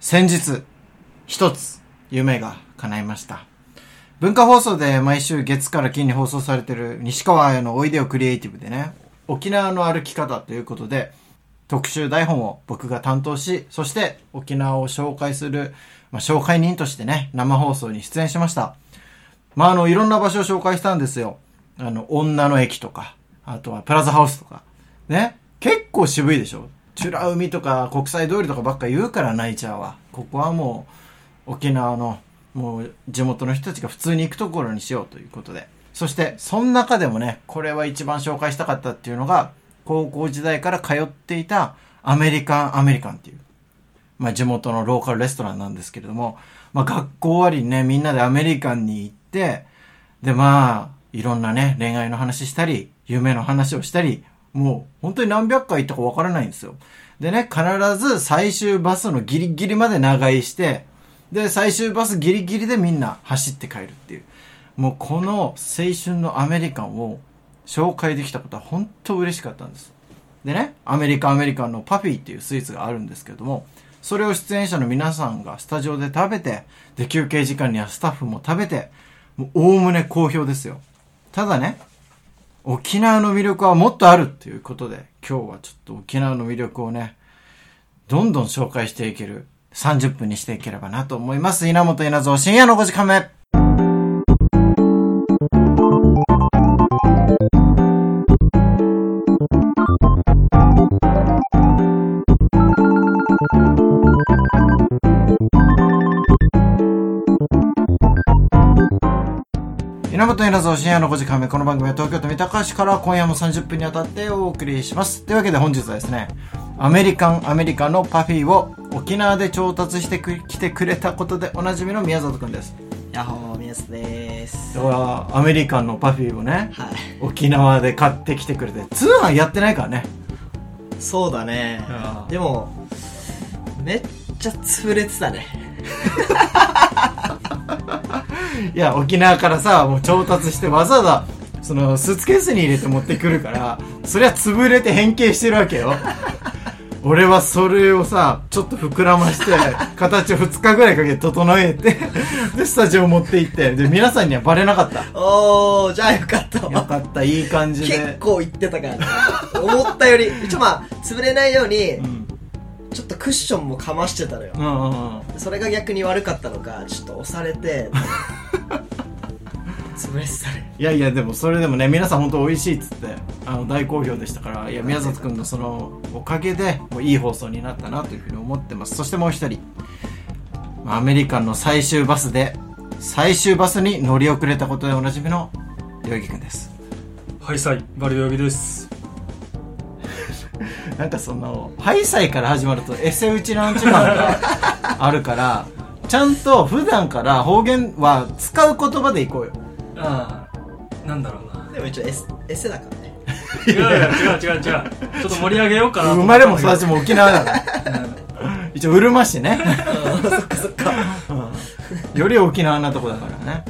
先日、一つ、夢が叶いました。文化放送で毎週月から金に放送されてる西川綾のおいでよクリエイティブでね、沖縄の歩き方ということで、特集台本を僕が担当し、そして沖縄を紹介する、まあ、紹介人としてね、生放送に出演しました。まあ、あの、いろんな場所を紹介したんですよ。あの、女の駅とか、あとはプラザハウスとか。ね。結構渋いでしょ。チュラ海とか国際通りとかばっか言うから泣いちゃうわ。ここはもう、沖縄の、もう、地元の人たちが普通に行くところにしようということで。そして、その中でもね、これは一番紹介したかったっていうのが、高校時代から通っていたアメリカンアメリカンっていう。まあ、地元のローカルレストランなんですけれども、まあ、学校終わりにね、みんなでアメリカンに行って、で、まあ、いろんなね、恋愛の話したり、夢の話をしたり、もう、本当に何百回行ったかわからないんですよ。でね、必ず最終バスのギリギリまで長居して、で、最終バスギリギリでみんな走って帰るっていう。もうこの青春のアメリカンを紹介できたことは本当嬉しかったんです。でね、アメリカンアメリカンのパフィーっていうスイーツがあるんですけども、それを出演者の皆さんがスタジオで食べて、で、休憩時間にはスタッフも食べて、もうおおむね好評ですよ。ただね、沖縄の魅力はもっとあるっていうことで、今日はちょっと沖縄の魅力をね、どんどん紹介していける30分にしていければなと思います。稲本稲造深夜の5時間目。稲本稲造深夜の5時間目。この番組は東京都三鷹市から今夜も30分にわたってお送りします。というわけで本日はですね、アメリカンアメリカのパフィーを沖縄で調達してく来てくれたことでおなじみの宮里くんです。ヤッホーミヤスですだからアメリカンのパフィーをね、はい沖縄で買ってきてくれて通販やってないからねそうだねうんでもめっちゃ潰れてたねいや沖縄からさもう調達してわざわざそのスーツケースに入れて持ってくるからそりゃ潰れて変形してるわけよ俺はそれをさちょっと膨らまして形を2日ぐらいかけて整えてでスタジオ持って行ってで皆さんにはバレなかったおーじゃあよかったよかったいい感じで結構いってたからね思ったより一応まあ潰れないようにうんちょっとクッションもかましてたのようんうんうんそれが逆に悪かったのかちょっと押されて潰れてたねいやいやでもそれでもね皆さん本当美味しいっつってあの大好評でしたからいや宮里君のそのおかげでもういい放送になったなというふうに思ってますそしてもう一人まあアメリカンの最終バスで最終バスに乗り遅れたことでおなじみの代々木君ですはいさいバルヨギです なんかそのハイサイから始まるとエセ打ちランチ感があるからちゃんと普段から方言は使う言葉でいこうよああなんだろうなでも一応エスエセだからね違うよ違う違う違うちょっと盛り上げようかなと生思っまたんだけれども育ちも沖縄だから 一応うるま市ねうんより沖縄なとこだからね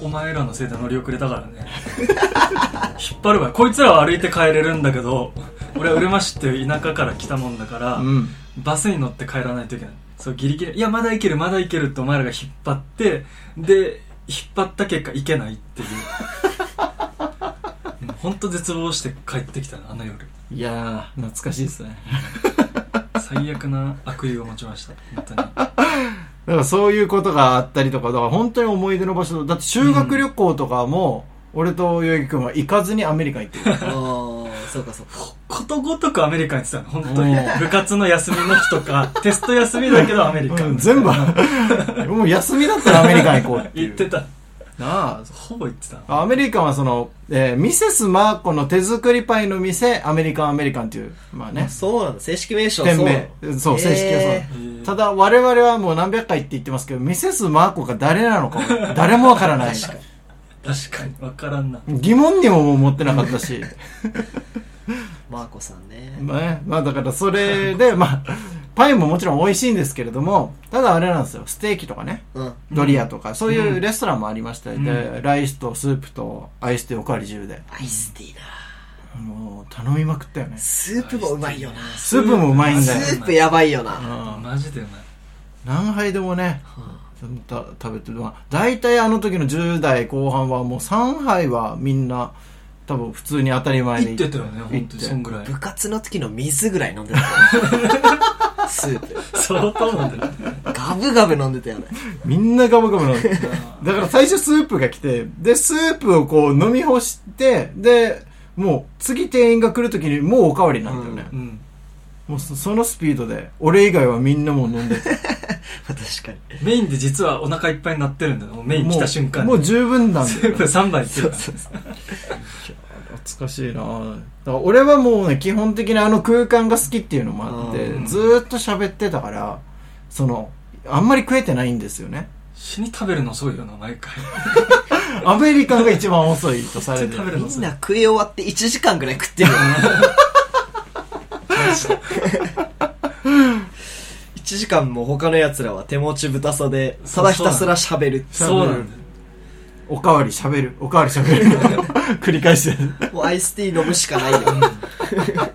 お前らのせいで乗り遅れたからね引っ張るわこいつらは歩いて帰れるんだけど俺はうるま市っていう田舎から来たもんだから、うんバスに乗って帰らないといけないそうギリギリいやまだいけるまだいけるってお前らが引っ張ってで引っ張った結果いけないっていう本当絶望して帰ってきたなあの夜いやー懐かしいですね最悪な悪意を持ちました本当にだからそういうことがあったりとかだから本当に思い出の場所だって修学旅行とかも、俺と代々木君は行かずにアメリカ行ってるおーそうかそうかことごとくアメリカに行ってたの、本当にうん。部活の休みの日 とか、テスト休みだけどアメリカ。うん全 部もう休みだったらアメリカ行こうっていう行ってた。なあほぼ行ってた。アメリカンはその、えーミセス・マーコの手作りパイの店アメリカン・アメリカンっていうまあねそうなんだ正式名称店そう名そう正式はそう、へただ我々はもう何百回って言ってますけどミセス・マーコが誰なのかも誰もわからない確かに、わからんな。疑問にももう持ってなかったしマーコさんねまあねまあだからそれでまあパイももちろん美味しいんですけれどもただあれなんですよステーキとかねうんドリアとか、そういうレストランもありましたで、うライスとスープとアイスでおかわり中でアイスティーだもう頼みまくったよねスープもうまいよなスープもうまいんだよスープやばいよなうんマジでうまい。何杯でもねた食べてるまあ大体あの時の10代後半はもう3杯はみんな多分普通に当たり前で言ってたよね本当にそんぐらい部活の時の水ぐらい飲んでたよ ねスープ相当なんだよガブガブ飲んでたよねみんなガブガブ飲んでただから最初スープが来てでスープをこう飲み干してでもう次店員が来る時にもうおかわりなんだよね、うんもうそ そのスピードで俺以外はみんなもう飲んでて確かにメインで実はお腹いっぱいになってるんだよもうメインも来うた瞬間にもう十分なん スだよープ3杯いってるから懐かしいなぁだから俺はもうね基本的にあの空間が好きっていうのもあってうんずーっと喋ってたからそのあんまり食えてないんですよね死に食べるの遅いよな毎回アメリカンが一番遅いとされて食べるみるのん遅いな食い終わって1時間ぐらい食ってるよね1時間も他のやつらは手持ちぶたさでただひたすら喋るそうなんだよおかわり喋るおかわり 喋る繰り返してるもうアイスティー飲むしかないよだか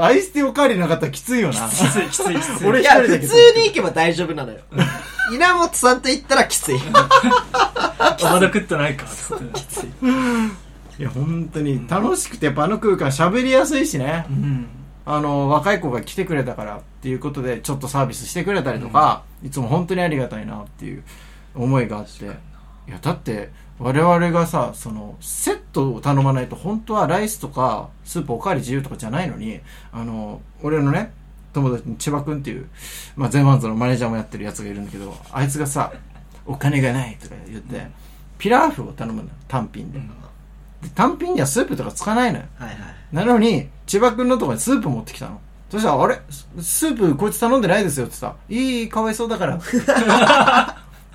らアイスティーおかわりなかったらきついよなきついきついきつい俺い一や人だ普け通に行けば大丈夫なのよ稲本さんと行ったらきついあまだ食ってないかつっていや本当に楽しくてやっぱあの空間喋りやすいしねうんあの若い子が来てくれたからっていうことでちょっとサービスしてくれたりとか、いつも本当にありがたいなっていう思いがあっていやだって我々がさそのセットを頼まないと本当はライスとかスープおかわり自由とかじゃないのにあの俺のね友達の千葉君っていう、まあ、ゼマンズのマネージャーもやってるやつがいるんだけどあいつがさ「お金がない」とか言って、ピラーフを頼むのよ単品で,、うんで単品にはスープとかつかないのよはいはいなのに、千葉くんのとこにスープ持ってきたの。そしたら、あれススープこいつ頼んでないですよって言ったら、いい、かわいそうだ から。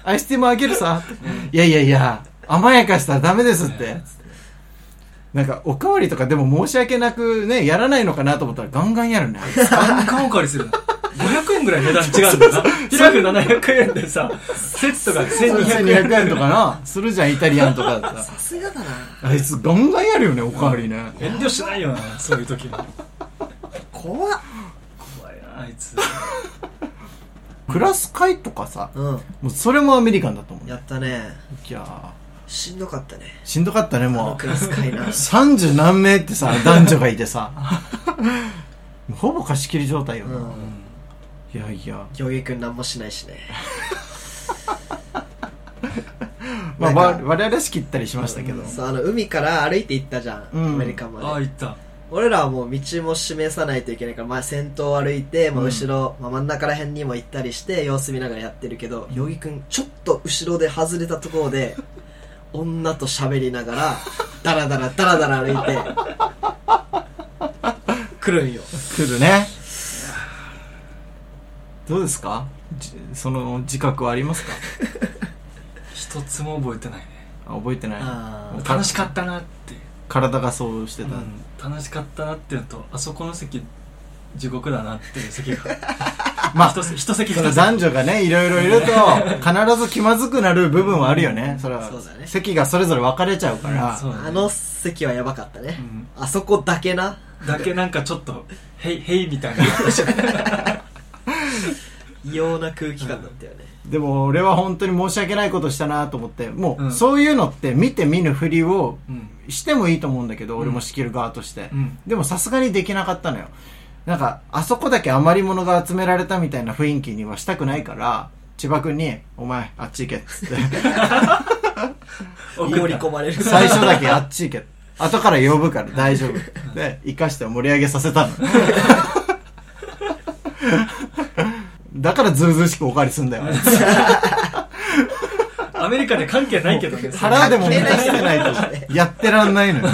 アイスティーもあげるさ。いやいやいや、甘やかしたらダメですって。なんか、おかわりとかでも申し訳なくね、やらないのかなと思ったらガンガンやるね。ガンガンおかわりするな500円ぐらい値段違うんだよなピラフ700円でさセットが1200 1200円円とかな、するじゃん、イタリアンとかだったらさすがだなあいつガンガンやるよね、おかわりね。遠慮しないよなそういう時も怖っ怖いなあいつクラス会とかさ、うんもうそれもアメリカンだと思うやね。ったねいやしんどかったねーしんどかったね、もうク。ラス 会な三十何名ってさ、 男女がいてさ、ほぼ貸し切り状態よな、ういんやいや。行儀くん何もしないしねまあ、なんかわ我々しきったりしましたけど。そうあの海から歩いて行ったじゃん、うんアメリカあまあで行った俺らはもう道も示さないといけないから、まあ、先頭を歩いて、まあ、うん後ろ、まあ、真ん中ら辺にも行ったりして様子見ながらやってるけど余儀くんちょっと後ろで外れたとこ ろで女と喋りながらダラダラダラダラ歩 いて来るんよ来るね。どうですかじその自覚はありますか一つも覚えてないねあ覚えてない。あー楽しかったなって、体がそうしてうた。ん、楽しかったなっていうのとあそこの席地獄だなっていう席が まあ、一席一席その二男席女がね、いろいろいると、必ず気まずくなる部分はあるよね。それはそうだ、ね席がそれぞれ分かれちゃうから。そうだねあの席はやばかったねう、んあそこだけなだけなんかちょっと「へいへい」み たいな異様な空気感だったよね、でも俺は本当に申し訳ないことしたなと思って、もううんそういうのって見て見ぬふりをうんしてもいいと思うんだけど、うん俺も仕切る側としてう。んでもさすがにできなかったのよ。なんか、あそこだけ余り物が集められたみたいな雰囲気にはしたくないから、千葉くんに、お前、あっち行けっつ って。送った放り込まれる最初だけあっち行け。後から呼ぶから大丈夫。で、生かして盛り上げさせ たの。だからズうずうしくおかわりすんだよ。アメリカで関係ないけどね腹でも満たしてないとやってらんないのよ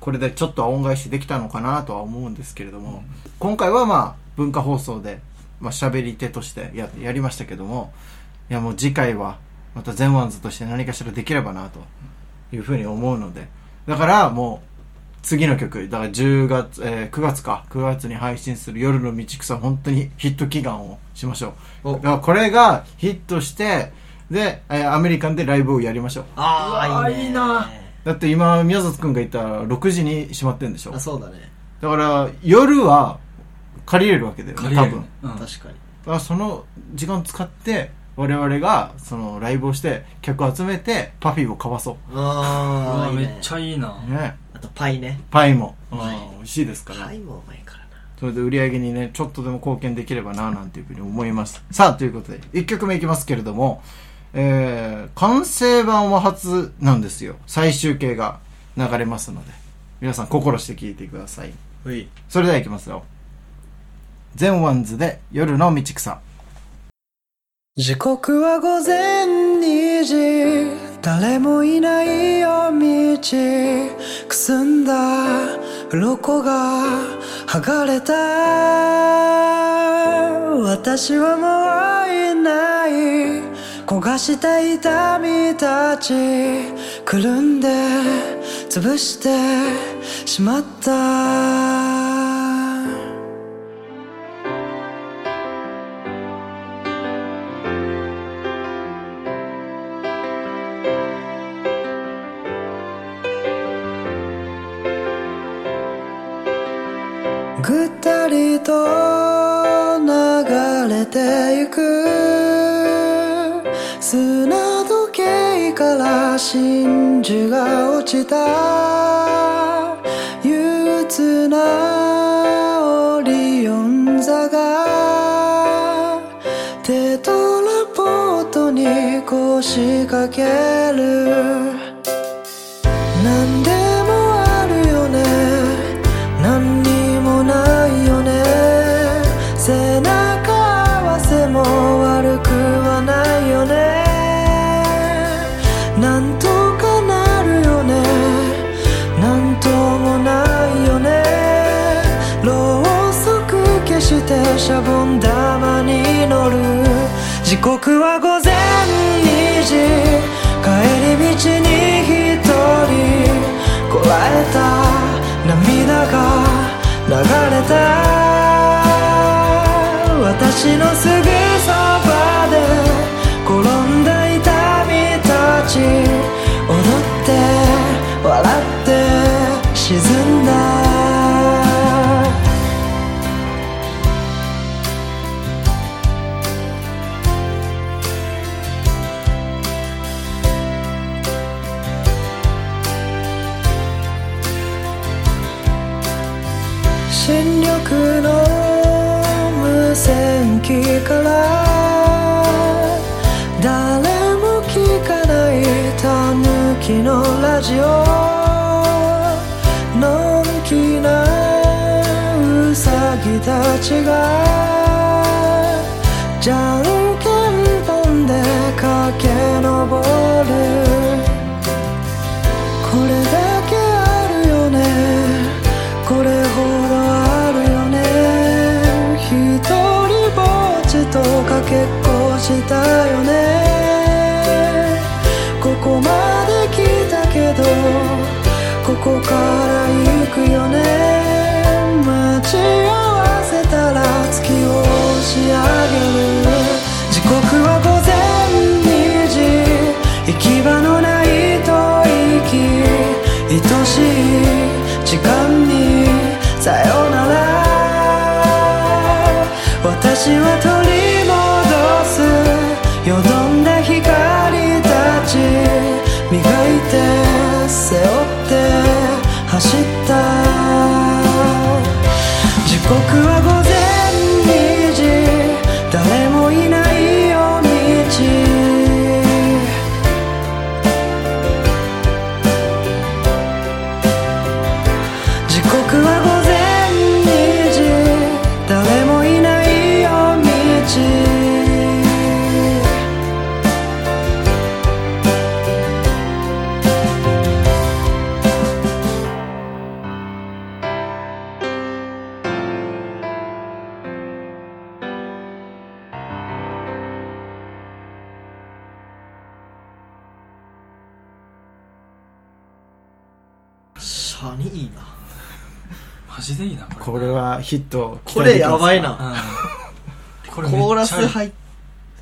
これでちょっとは恩返しできたのかなとは思うんですけれども、今回はまあ文化放送で、まあ、喋り手としてややりましたけどもいやもう次回はまた全ワンズとして何かしらできればなというふうに思うのでだからもう次の曲だから10月、えー9月か9月に配信する「夜の道草」本当にヒット祈願をしましょうおだからこれがヒットしてで、えーアメリカンでライブをやりましょうあうわあーいいねいいなだって今宮里君がいたら6時に閉まってんでしょあそうだねだから夜は借りれるわけだよ、ね、借り多れる分うん確かにだからその時間使って我々がそのライブをして客集めてパフィーをかわそうあわあめっちゃいいなうねあとパイねパイも、うんはい美味しいですから、パイもうまいからなそれで売り上げにねちょっとでも貢献できればななんていうふうに思いますさあということで1曲目いきますけれどもえー、完成版は初なんですよ最終形が流れますので皆さん心して聴いてくださいはいそれではいきますよ全ワンズで夜の道草時刻は午前2時誰もいない夜道くすんだ鱗が剥がれた私はもういない焦がした痛みたちくるんで潰してしまったぐったりと流れてゆく砂時計から真珠が落ちた憂鬱なオリオン座がテトラポートに腰掛ける何でもあるよね何にもないよね背中合わせも悪くはないよねなんとかなるよねなんともないよねろうそく消してシャボン玉に乗る時刻は午前2時帰り道に一人こらえた涙が流れた私のすぐそばで転んだ痛みたち踊って笑って沈んだ新緑の無線機から誰も聞かないたぬきのラジオのんきなうさぎたちがじゃんけんぽんで駆け上るこれだけあるよねこれほどあるよね一人ぼっちとかけっこしたよねここまで来たけどここから行くよね待ち合わせたら月を押し上げる時刻は午前2時行き場のない吐息愛しい時間にさよなら私は取り戻すよどんだ光たち磨いて背負って走った時刻は午前2時誰もいない夜道時刻は午前2時誰もいない夜道シャニいいなマジでいいなここれれはヒット期こ待でれきますやばいうんなこコれめっちゃいいーラス入っ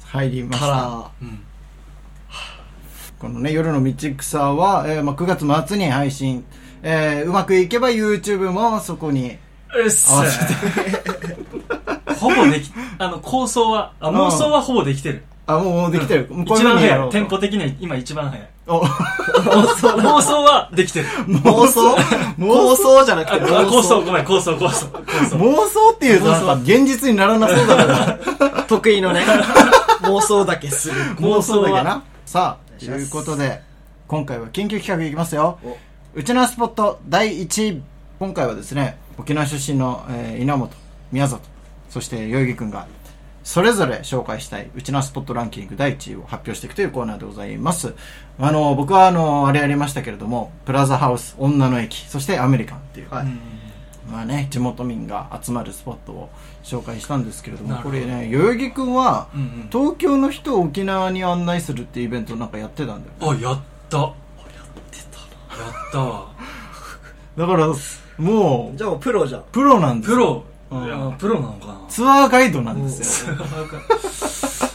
入りましたたらうんこのね、夜の道草は、えーまあ、9月末に配信。えーうまくいけば YouTube もそこにうっせ合わせほぼでき、あの、構想は、あ、うん妄想はほぼできてる。あ、もうもうできてる。もうこううふ一番うにや早ろい。うとテンポ的には今一番早い。お妄想はできてる。妄想 妄妄想想じゃなくあ、あて妄構想、想。ごめん、構想、構想。構想。妄想っていうとなんか現実にならなそうだから。得意のね、 妄想だけする。妄想だけな。さあ、とお願いいしますうことで、今回は研究企画いきますよお。うちのスポット第1位。今回はですね、沖縄出身の、えー稲本、宮里、そして代々木くんが、それぞれ紹介したいうちのスポットランキング第1位を発表していくというコーナーでございます。あの、僕はあの、あれやりましたけれども、プラザハウス、女の駅、そしてアメリカンっていう、はうい。んまあね、地元民が集まるスポットを紹介したんですけれども、なるこほどれね、代々木くんは、うんうん。東京の人を沖縄に案内するっていうイベントなんかやってたんだよあ、やった。やってたやったわ。だからもうじゃあもうプロじゃん。プロなんですプよロ、いうんや、プロなのかなツアーガイドなんですよ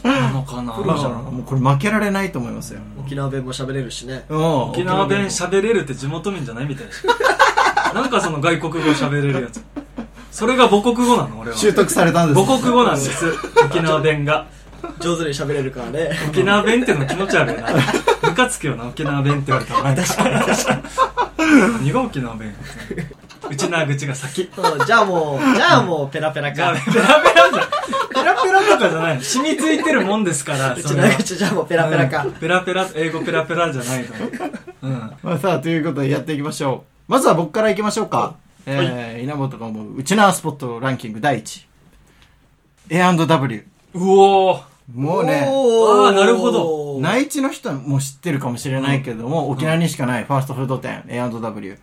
なのかなプだロかじゃらんもうこれ負けられないと思いますよ沖縄弁も喋れるしね。うん沖縄弁喋れるって地元民じゃないみたいななん かその外国語喋れるやつそれが母国語なの俺は習得されたんです母国語なんです沖縄弁が上手に喋れるからね。 沖縄弁っていうの気持ち悪いなムカつくよな沖縄弁って言われたら確かに確かに何が沖縄弁うちな口が先そうじゃあもう、じゃあもうペラペラじゃあか。ペラペラじゃペラペラとかじゃない染みついてるもんですからうそちれのは口じゃあもうペラペラかうん。ペラペラ英語ペラペラじゃないのうんまあさあということでやっていきましょうまずは僕からいきましょうかえー稲本が思ううちなースポットランキング第1位 A&W うおーもうねおーあーなるほど内地の人も知ってるかもしれないけれども、沖縄にしかないファーストフード店、A&W。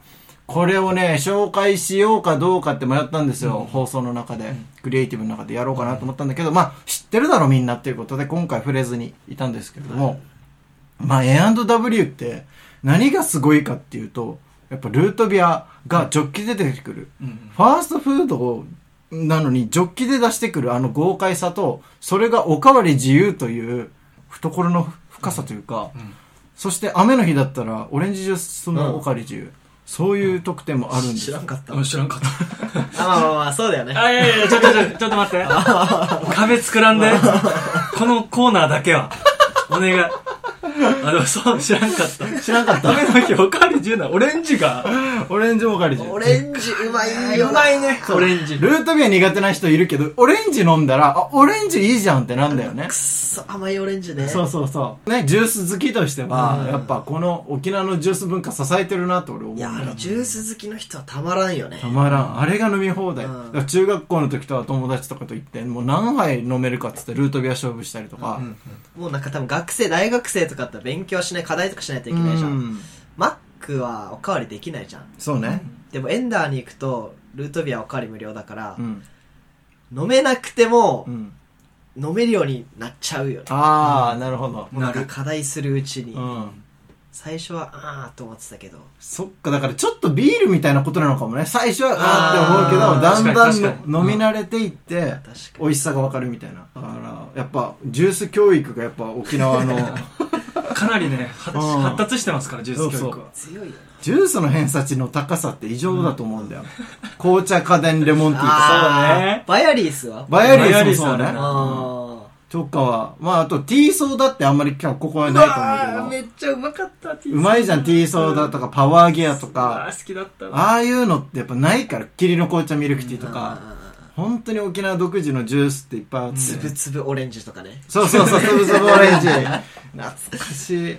これをね、紹介しようかどうかって迷ったんですよ、放送の中で、クリエイティブの中でやろうかなと思ったんだけど、まあ、知ってるだろみんなっていうことで、今回触れずにいたんですけれども、まあ、A&W って何がすごいかっていうと、やっぱルートビアがジョッキで出てくる。うんファーストフードをなのにジョッキで出してくるあの豪快さと、それがおかわり自由という懐の深さというか、うんそして雨の日だったらオレンジジュースもおかわり自由。そういう特典もあるんです知よらんかった。あうん、知らんかったまあまあまあ、そうだよね。あ、いやいや、ちょっとちょっと、ちょっと待って。壁作らんで。このコーナーだけは。お願い。あ、でもそう、知らんかった。知らんかっダメの日、おかわり自由な。オレンジが。た。オレンジもおかわり自オ由。レンジうまいよな。いね。オレンジ。ルートビア苦手な人いるけど、オレンジ飲んだら、あ、オレンジいいじゃんってなんだよねくっ。そ、甘いオレンジね。そうそうそう。ね、ジュース好きとしては、やっぱこの沖縄のジュース文化支えてるなと俺思ういんだよや、あの、ジュース好きの人はたまらんよねた。まらん。あれが飲み放題。うんだから中学校の時とは友達とかと行って、もう何杯飲めるかっつってルートビア勝負したりとか。もうなんか多分学生、大学生とかって勉強しない、課題とかしないといけないじゃ。うんんマックはおかわりできないじゃん。そうね。でもエンダーに行くと、ルートビアおかわり無料だからう、ん。飲めなくてもう、ん。飲めるようになっちゃうよね。ああ、なるほど。もうなんか課題するうちにう。ん。最初は、あーと思ってたけど。そっか、だからちょっとビールみたいなことなのかもね。最初は、ああーーって思うけど、だん確かに確だかんに飲み慣れていって、確か美味しさがわかるみたいな。だから、やっぱ、ジュース教育がやっぱ沖縄の、かなりね、発うん発達してますから、ジュース教育はに。。強いよな。ジュースの偏差値の高さって異常だと思うんだよ。 紅茶、家電、レモンティーとか。あーそうねバヤリースはバイアリースもそうバイアねリース。あとかは、まああと T ソーダってあんまり今日ここはないと思うけど、っちゃうまかったうまいじゃん T ソーダとかパワーギアとあか、ー好きだったな。ああいうのってやっぱないから、キリの紅茶ミルクティーとか、か本当に沖縄独自のジュースっていっぱいあって。つぶつぶオレンジとかねそうそうそう、つぶつぶオレンジ。 懐かしい。い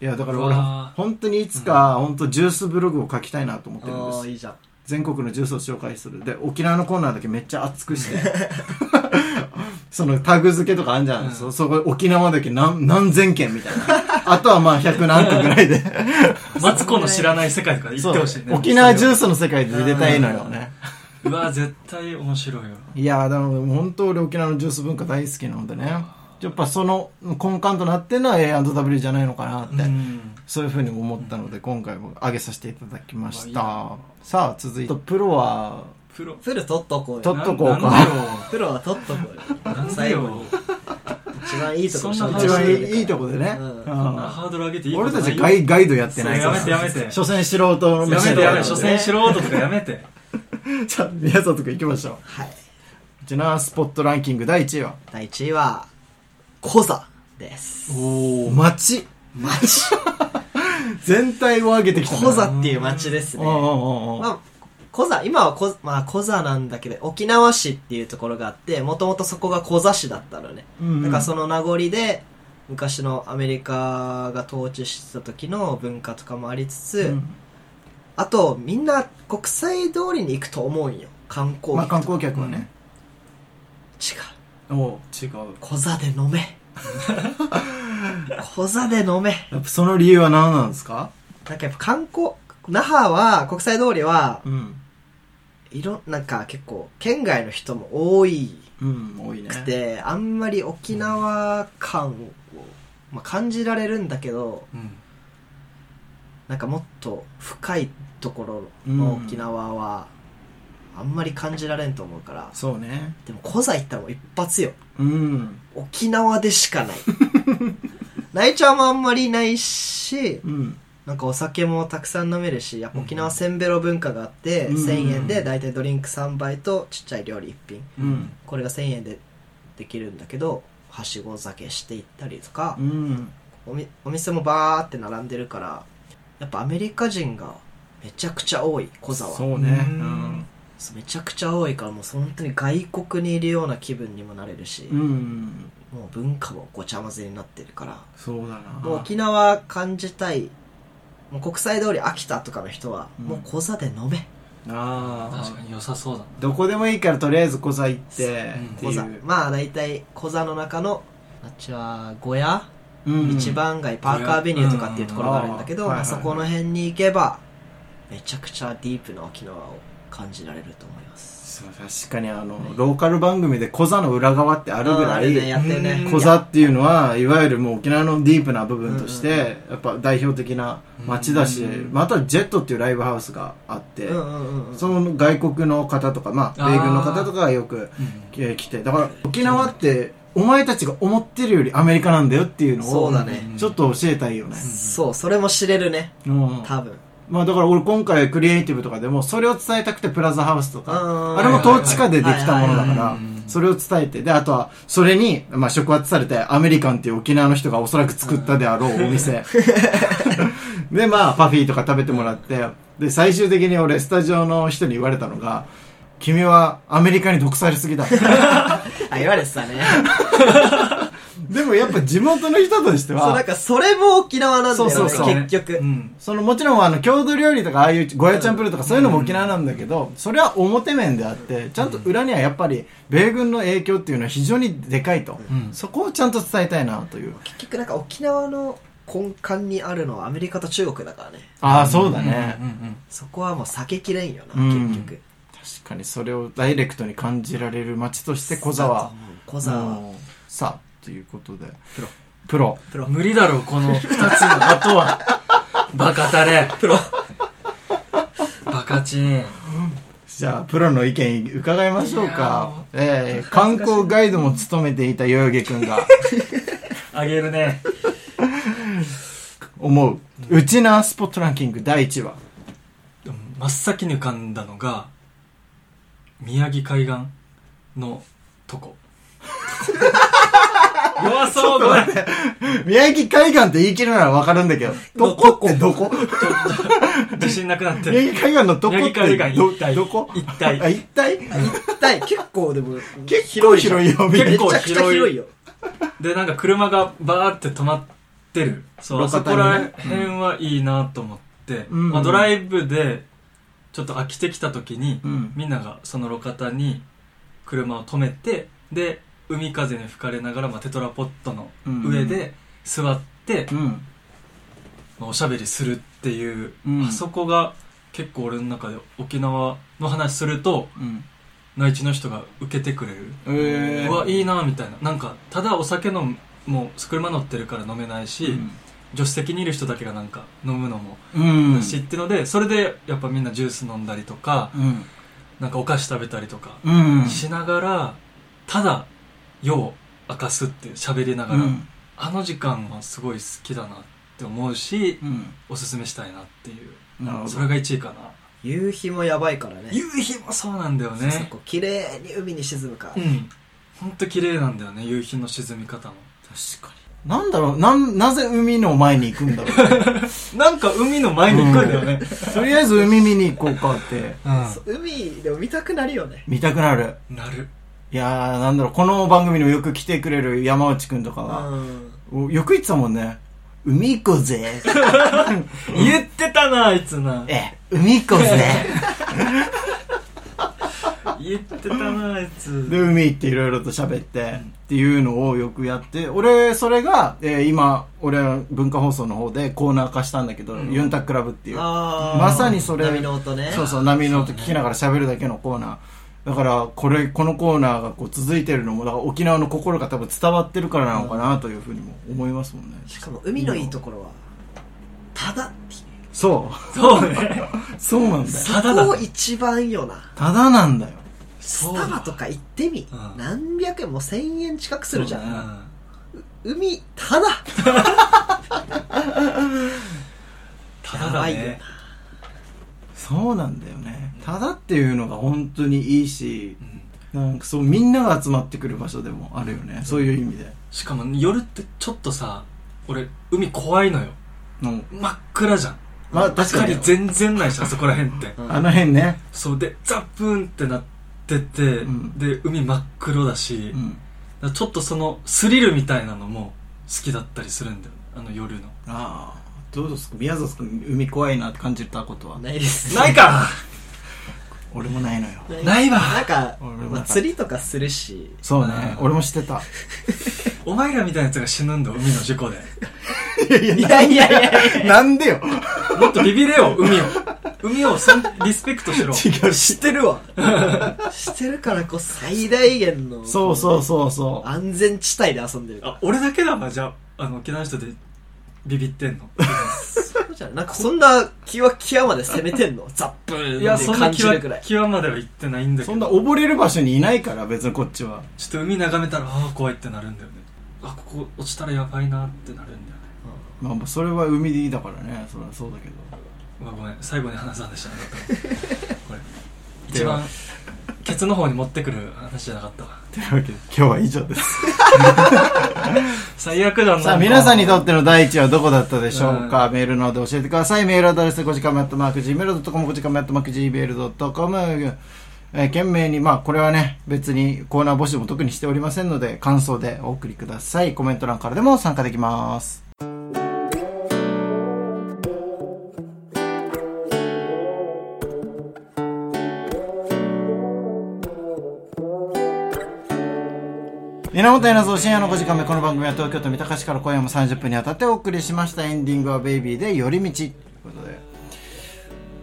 や、だから俺うわ、ー本当にいつか、本当ジュースブログを書きたいなと思ってるんでああす。いいじゃん全国のジュースを紹介する。で、沖縄のコーナーだけめっちゃ熱くして。 そのタグ付けとかあんじゃん。うんそ、そこ、沖縄だけ何、何千件みたい な。あとはまあ100何個ぐらいで。マツコの知らない世界とか行ってほしいね。沖縄ジューースの世界で入れたいのよね。ス。うわ、絶対面白いよ。いやー、でも本当俺沖縄のジュース文化大好きなのでね。やっぱその根幹となってるのは A&W じゃないのかなって。うん。そういうふうに思ったので、今回も上げさせていただきましまた。さあ、続いて、プロは、プロ。プル取っとこう取よっとこうかななんプロは取っとこうでよ。よなんで最後 よに。一番いいとこそんな一番い喋いいいとこでね。うんうそんんなハードル上げていいこと俺ないたちガイガイドやってないやめてやめて。所詮素人のや飯めだてかやらめて、所所詮詮素素人とかやめて。じゃあ、宮里くん行きましょう。はいじゃあな、スポットランキング第1位は、第1位は、コザです。おー街。町。 全体を上げてきたな。コザっていう町ですうね。んうんまうんうん。あ、コザ、今はコ,、まあ、コザなんだけど、沖縄市っていうところがあって、もともとそこがコザ市だったのね。うんうんだからその名残で、昔のアメリカが統治してた時の文化とかもありつつ、うんあと、みんな国際通りに行くと思うんよ。観光まあ客。観光客はね。違う。お違う。小座で飲め。 小座で飲め。やっぱその理由は何なんですかなんかやっぱ観光、那覇は、国際通りは、うん。いろ、なんか結構、県外の人も多いうん、多いね。くて、あんまり沖縄感を、まあ、感じられるんだけど、うんなんかもっと深いところの沖縄は、あんまり感じられんと思うから、そうね。でも小座行ったらもう一発よ。うん。沖縄でしかない。内調もあんまりないし、うん。なんかお酒もたくさん飲めるし、やっぱ沖縄せんべろ文化があって、うん1000円で大体ドリンク3杯とちっちゃい料理1品。うん。これが1000円でできるんだけど、はしご酒していったりとかう、ん。おみお店もバーって並んでるから、やっぱアメリカ人がめちゃくちゃ多い、小沢。そうね。ううんん。そうめちゃくちゃ多いから、もう本当に外国にいるような気分にもなれるし、うん。もう文化もごちゃ混ぜになってるから、そうだな。もう沖縄感じたいもう国際通り秋田とかの人は、うんもう小座で飲めああ。確かに良さそうだなどこでもいいからとりあえず小座行ってうん、って小い座う。まあ大体小座の中のあっちは小屋、うん一。番街パーカーアベニューとかっていうところがあるんだけど、うんまあそこの辺に行けばめちゃくちゃディープな沖縄を感じられると思いまそすう確かにあの、ローカル番組で小座の裏側ってあるぐあられねやい、ってるね小座っていうのは、いわゆるもう沖縄のディープな部分として、やっぱ代表的な街だし、うんまたジェットっていうライブハウスがあってう、んうんうんうんその外国の方とか、まあ、米軍の方とかがよくうんえー来て、だから沖縄って、お前たちが思ってるよりアメリカなんだよっていうのそうをだ、ね、ちょっと教えたいよね。そうそれも知れるねうん多分まあだから俺今回クリエイティブとかでもそれを伝えたくてプラザハウスとうか、んあれも統治下でできたものだかはいはいらはいはい、それを伝えて、で、あとはそれに、まあ触発されてアメリカンっていう沖縄の人がおそらく作ったであろうお 店。で、まあパフィーとか食べてもらって、で、最終的に俺スタジオの人に言われたのが、君はアメリカに毒されすぎだ。 あ言われてたねでもやっぱ地元の人としてそうなんは、かそれも沖縄なんだよねそうそうそう結局、うんそのもちろんあの郷土料理とかああいうゴヤチャンプルーとかそういうのも沖縄なんだけど、それは表面であって、ちゃんと裏にはやっぱり米軍の影響っていうのは非常にでかいと。うんそこをちゃんと伝えたいなという。結局なんか沖縄の根幹にあるのはアメリカと中国だからねああ、そうだね。うんうんそこはもう避けきれんよな、うん結局確かにそれをダイレクトに感じられる街として小沢。小沢はうんさあ、ということで。プロ。プロ。プロ無理だろうこ の二つの後はバカタレプロバカチン じゃあ、プロの意見伺いましょうか。えー、観光ガイドも務めていた代々木くんが。あげるね思う、うちなスポットランキング第1話。でも真っ先に浮かんだのが宮城海岸のと こ弱そうごめん 宮城海岸って言い切るならわかるんだけど、どこってどこ自信なくなってる宮城海岸のどこっ宮城て海ど岸一体どこ一あ、体一体一体結構でも結構広いよ、みんなめち結構ゃくちゃ広いよでなんか車がバーって止まってるそうあ路そ肩にこねら辺はいいなと思って、うんまあ、ドライブでちょっと飽きてきた時に、うん。みんながその路肩に車を止めてで海風に吹かれながら、まあ、テトラポットの上で座って、うん。まあおしゃべりするっていう、うんあそこが結構俺の中で沖縄の話するとうん。内地の人が受けてくれる、えうわいいなみたいななんかただお酒飲むもう車乗ってるから飲めないし、助手席にいる人だけがなんか飲むのもうん。だし、ってのでそれでやっぱみんなジュース飲んだりとかうん。なんかお菓子食べたりとかうん。しながら、ただ夜を明かすって喋りながうら、ん。あの時間はすごい好きだなって思うしうん。おすすめしたいなっていうなるほそど。れが1位かな夕日もやばいからね夕日もそうなんだよそうそうねこう綺麗に海に沈むから、うんほんと綺麗なんだよね夕日の沈み方も確かに。なんだろう、なん、なぜ海の前に行くんだろうね、 なんか海の前に行くんだよね、とりあえず海見に行こうかって、うそう海でも見たくなるよね見たくなる。ん、なるいやー、なんだろう、この番組にもよく来てくれる山内くんとかうは、んおよく言ってたもんね。海行こうぜ。 言ってたなあいつなえ、海行こうぜ。言ってたなあいつで、海行っていろいろと喋って、っていうのをよくやって、俺、それが、えー今、俺は文化放送の方でコーナー化したんだけど、うんユンタクラブっていう。 あーまさにそれ波の音ねそうそう、波の音聞きながら喋るだけのコーナー。だから、これ、このコーナーがこう続いてるのも、だから沖縄の心が多分伝わってるからなのかなというふうにも思いますもんね。しかも海のいいところはただそ そうねう。そうなんだよ。そただだこ一番よなただなんだよ。スタバとか行ってみうん何百円も千円近くするじゃそうんね海ただただだやばいよねそうなんだよね。ただっていうのが本当にいいしう、んなんかそう、みんなが集まってくる場所でもあるよね。そういう意味で。しかも夜ってちょっとさ俺海怖いのようん。真っ暗じゃんまあ確か光に、全然ないしあそこら辺ってうんあの辺ね。そうでザプーンってなってて、んで海真っ黒だうし、だかん。らちょっとそのスリルみたいなのも好きだったりするんだよあの夜のああ。どうですか宮崎君、海怖いなって感じたことは。ないですないか俺もないのよ。ないわなんか、俺もなんかまあ、釣りとかするしそうね。俺も知ってた。お前らみたいなやつが死ぬんだよ海の事故でいやいやいやいやいや なんでよもっとビビれよ海を海をそんリスペクトしろ違うし。してるわしてるからこう最大限のそうそうそうそう。安全地帯で遊んでるからあ俺だけだわじゃああの沖縄の人でビビってんのそうじゃんなんかそんなキワキワまで攻めてんのザップーンいやってそんな感じるくらい際までは行ってないんだけどそんな溺れる場所にいないから、別にこっちは。ちょっと海眺めたらああ怖いってなるんだよねあここ落ちたらやばいなってなるんだよねまあまあ、それは海でいいだからね。それはそうだけど。うわごめん最後に話さんでしたねこれ一では番ケツの方に持ってくる話じゃなかったわというわけで、今日は以上です。最悪だなさあ、皆さんにとっての第一はどこだったでしょうか、メールなど教えてください。メールアドレス、5時間マットマーク Gmail.com、5時間マットマーク Gmail.com。えー、懸命に、まあ、これはね、別にコーナー募集も特にしておりませんので、感想でお送りください。コメント欄からでも参加できます。源本稲造深夜の5時間目この番組は東京都三鷹市から今夜も30分にあたってお送りしましたエンディングは「ベイビー」で「寄り道」ということで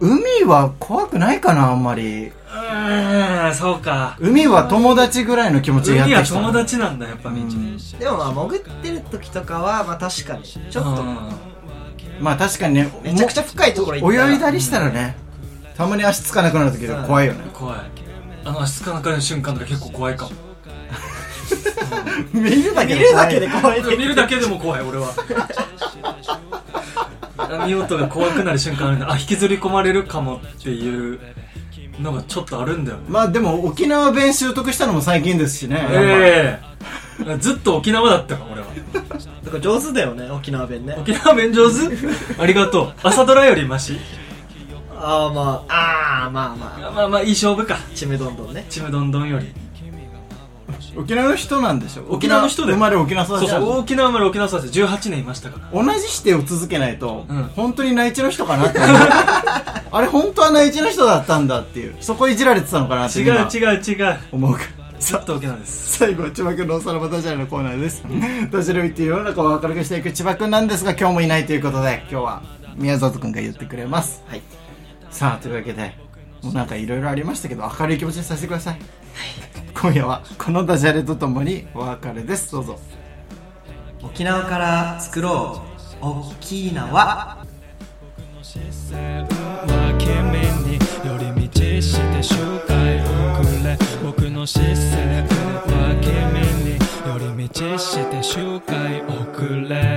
海は怖くないかなあんまりうーんそうか海は友達ぐらいの気持ちでやっ海てはきた友達なんだやっぱみんなうんでもまあ潜ってる時とかはまあ確かにちょっとうまあ確かにねめちゃくちゃ深いところ行ったら泳いだりしたらねたまに足つかなくなる時が怖いよねん怖いあの足つかなくなる瞬間とか結構怖いかも見るだ見るだけで怖い 見るだけでも怖い俺は波音が怖くなる瞬間あるんだあ引きずり込まれるかもっていうのがちょっとあるんだよねまあでも沖縄弁習得したのも最近ですしね、ええずっと沖縄だったから俺はだから上手だよね沖縄弁ね沖縄弁上 手ありがとう朝ドラよりマシああまあああまあまあまあまあいい勝負かちむどんどんねちむどんどんより沖縄の人なんでしょ沖縄の人で生まれ沖縄そ育うちなそんでしょう沖縄まで沖縄育ち18年いましたから同じ否定を続けないと、うん本当に内地の人かなって 思うあれ本当は内地の人だったんだっていうそこいじられてたのかなって違う今違う違う思うからずっと沖縄です最後は千葉君のおさらばダジャレのコーナーですダジャレを言って世の中を明るくしていく千葉君なんですが今日もいないということで今日は宮里君が言ってくれますはいさあというわけでもうなんかいろいろありましたけど明るい気持ちにさせてください今夜はこのダジャレとともにお別れですどうぞ沖縄から作ろう沖縄視線は君に寄り道して周回遅れ僕の視線は君に寄り道して周回遅れ